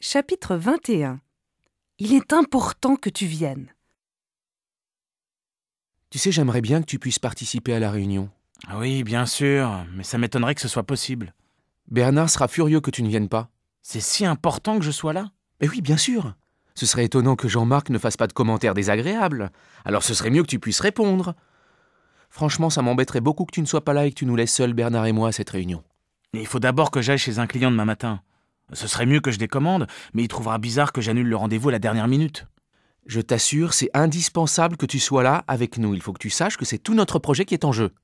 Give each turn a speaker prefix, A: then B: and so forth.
A: Chapitre 21 Il est important que tu viennes.
B: Tu sais, j'aimerais bien que tu puisses participer à la réunion.
C: Oui, bien sûr, mais ça m'étonnerait que ce soit possible.
B: Bernard sera furieux que tu ne viennes pas.
C: C'est si important que je sois là
B: Mais oui, bien sûr. Ce serait étonnant que Jean-Marc ne fasse pas de commentaires désagréables. Alors ce serait mieux que tu puisses répondre. Franchement, ça m'embêterait beaucoup que tu ne sois pas là et que tu nous laisses seuls, Bernard et moi, à cette réunion.
C: Il faut d'abord que j'aille chez un client demain matin. Ce serait mieux que je décommande, mais il trouvera bizarre que j'annule le rendez-vous à la dernière minute.
B: Je t'assure, c'est indispensable que tu sois là avec nous. Il faut que tu saches que c'est tout notre projet qui est en jeu.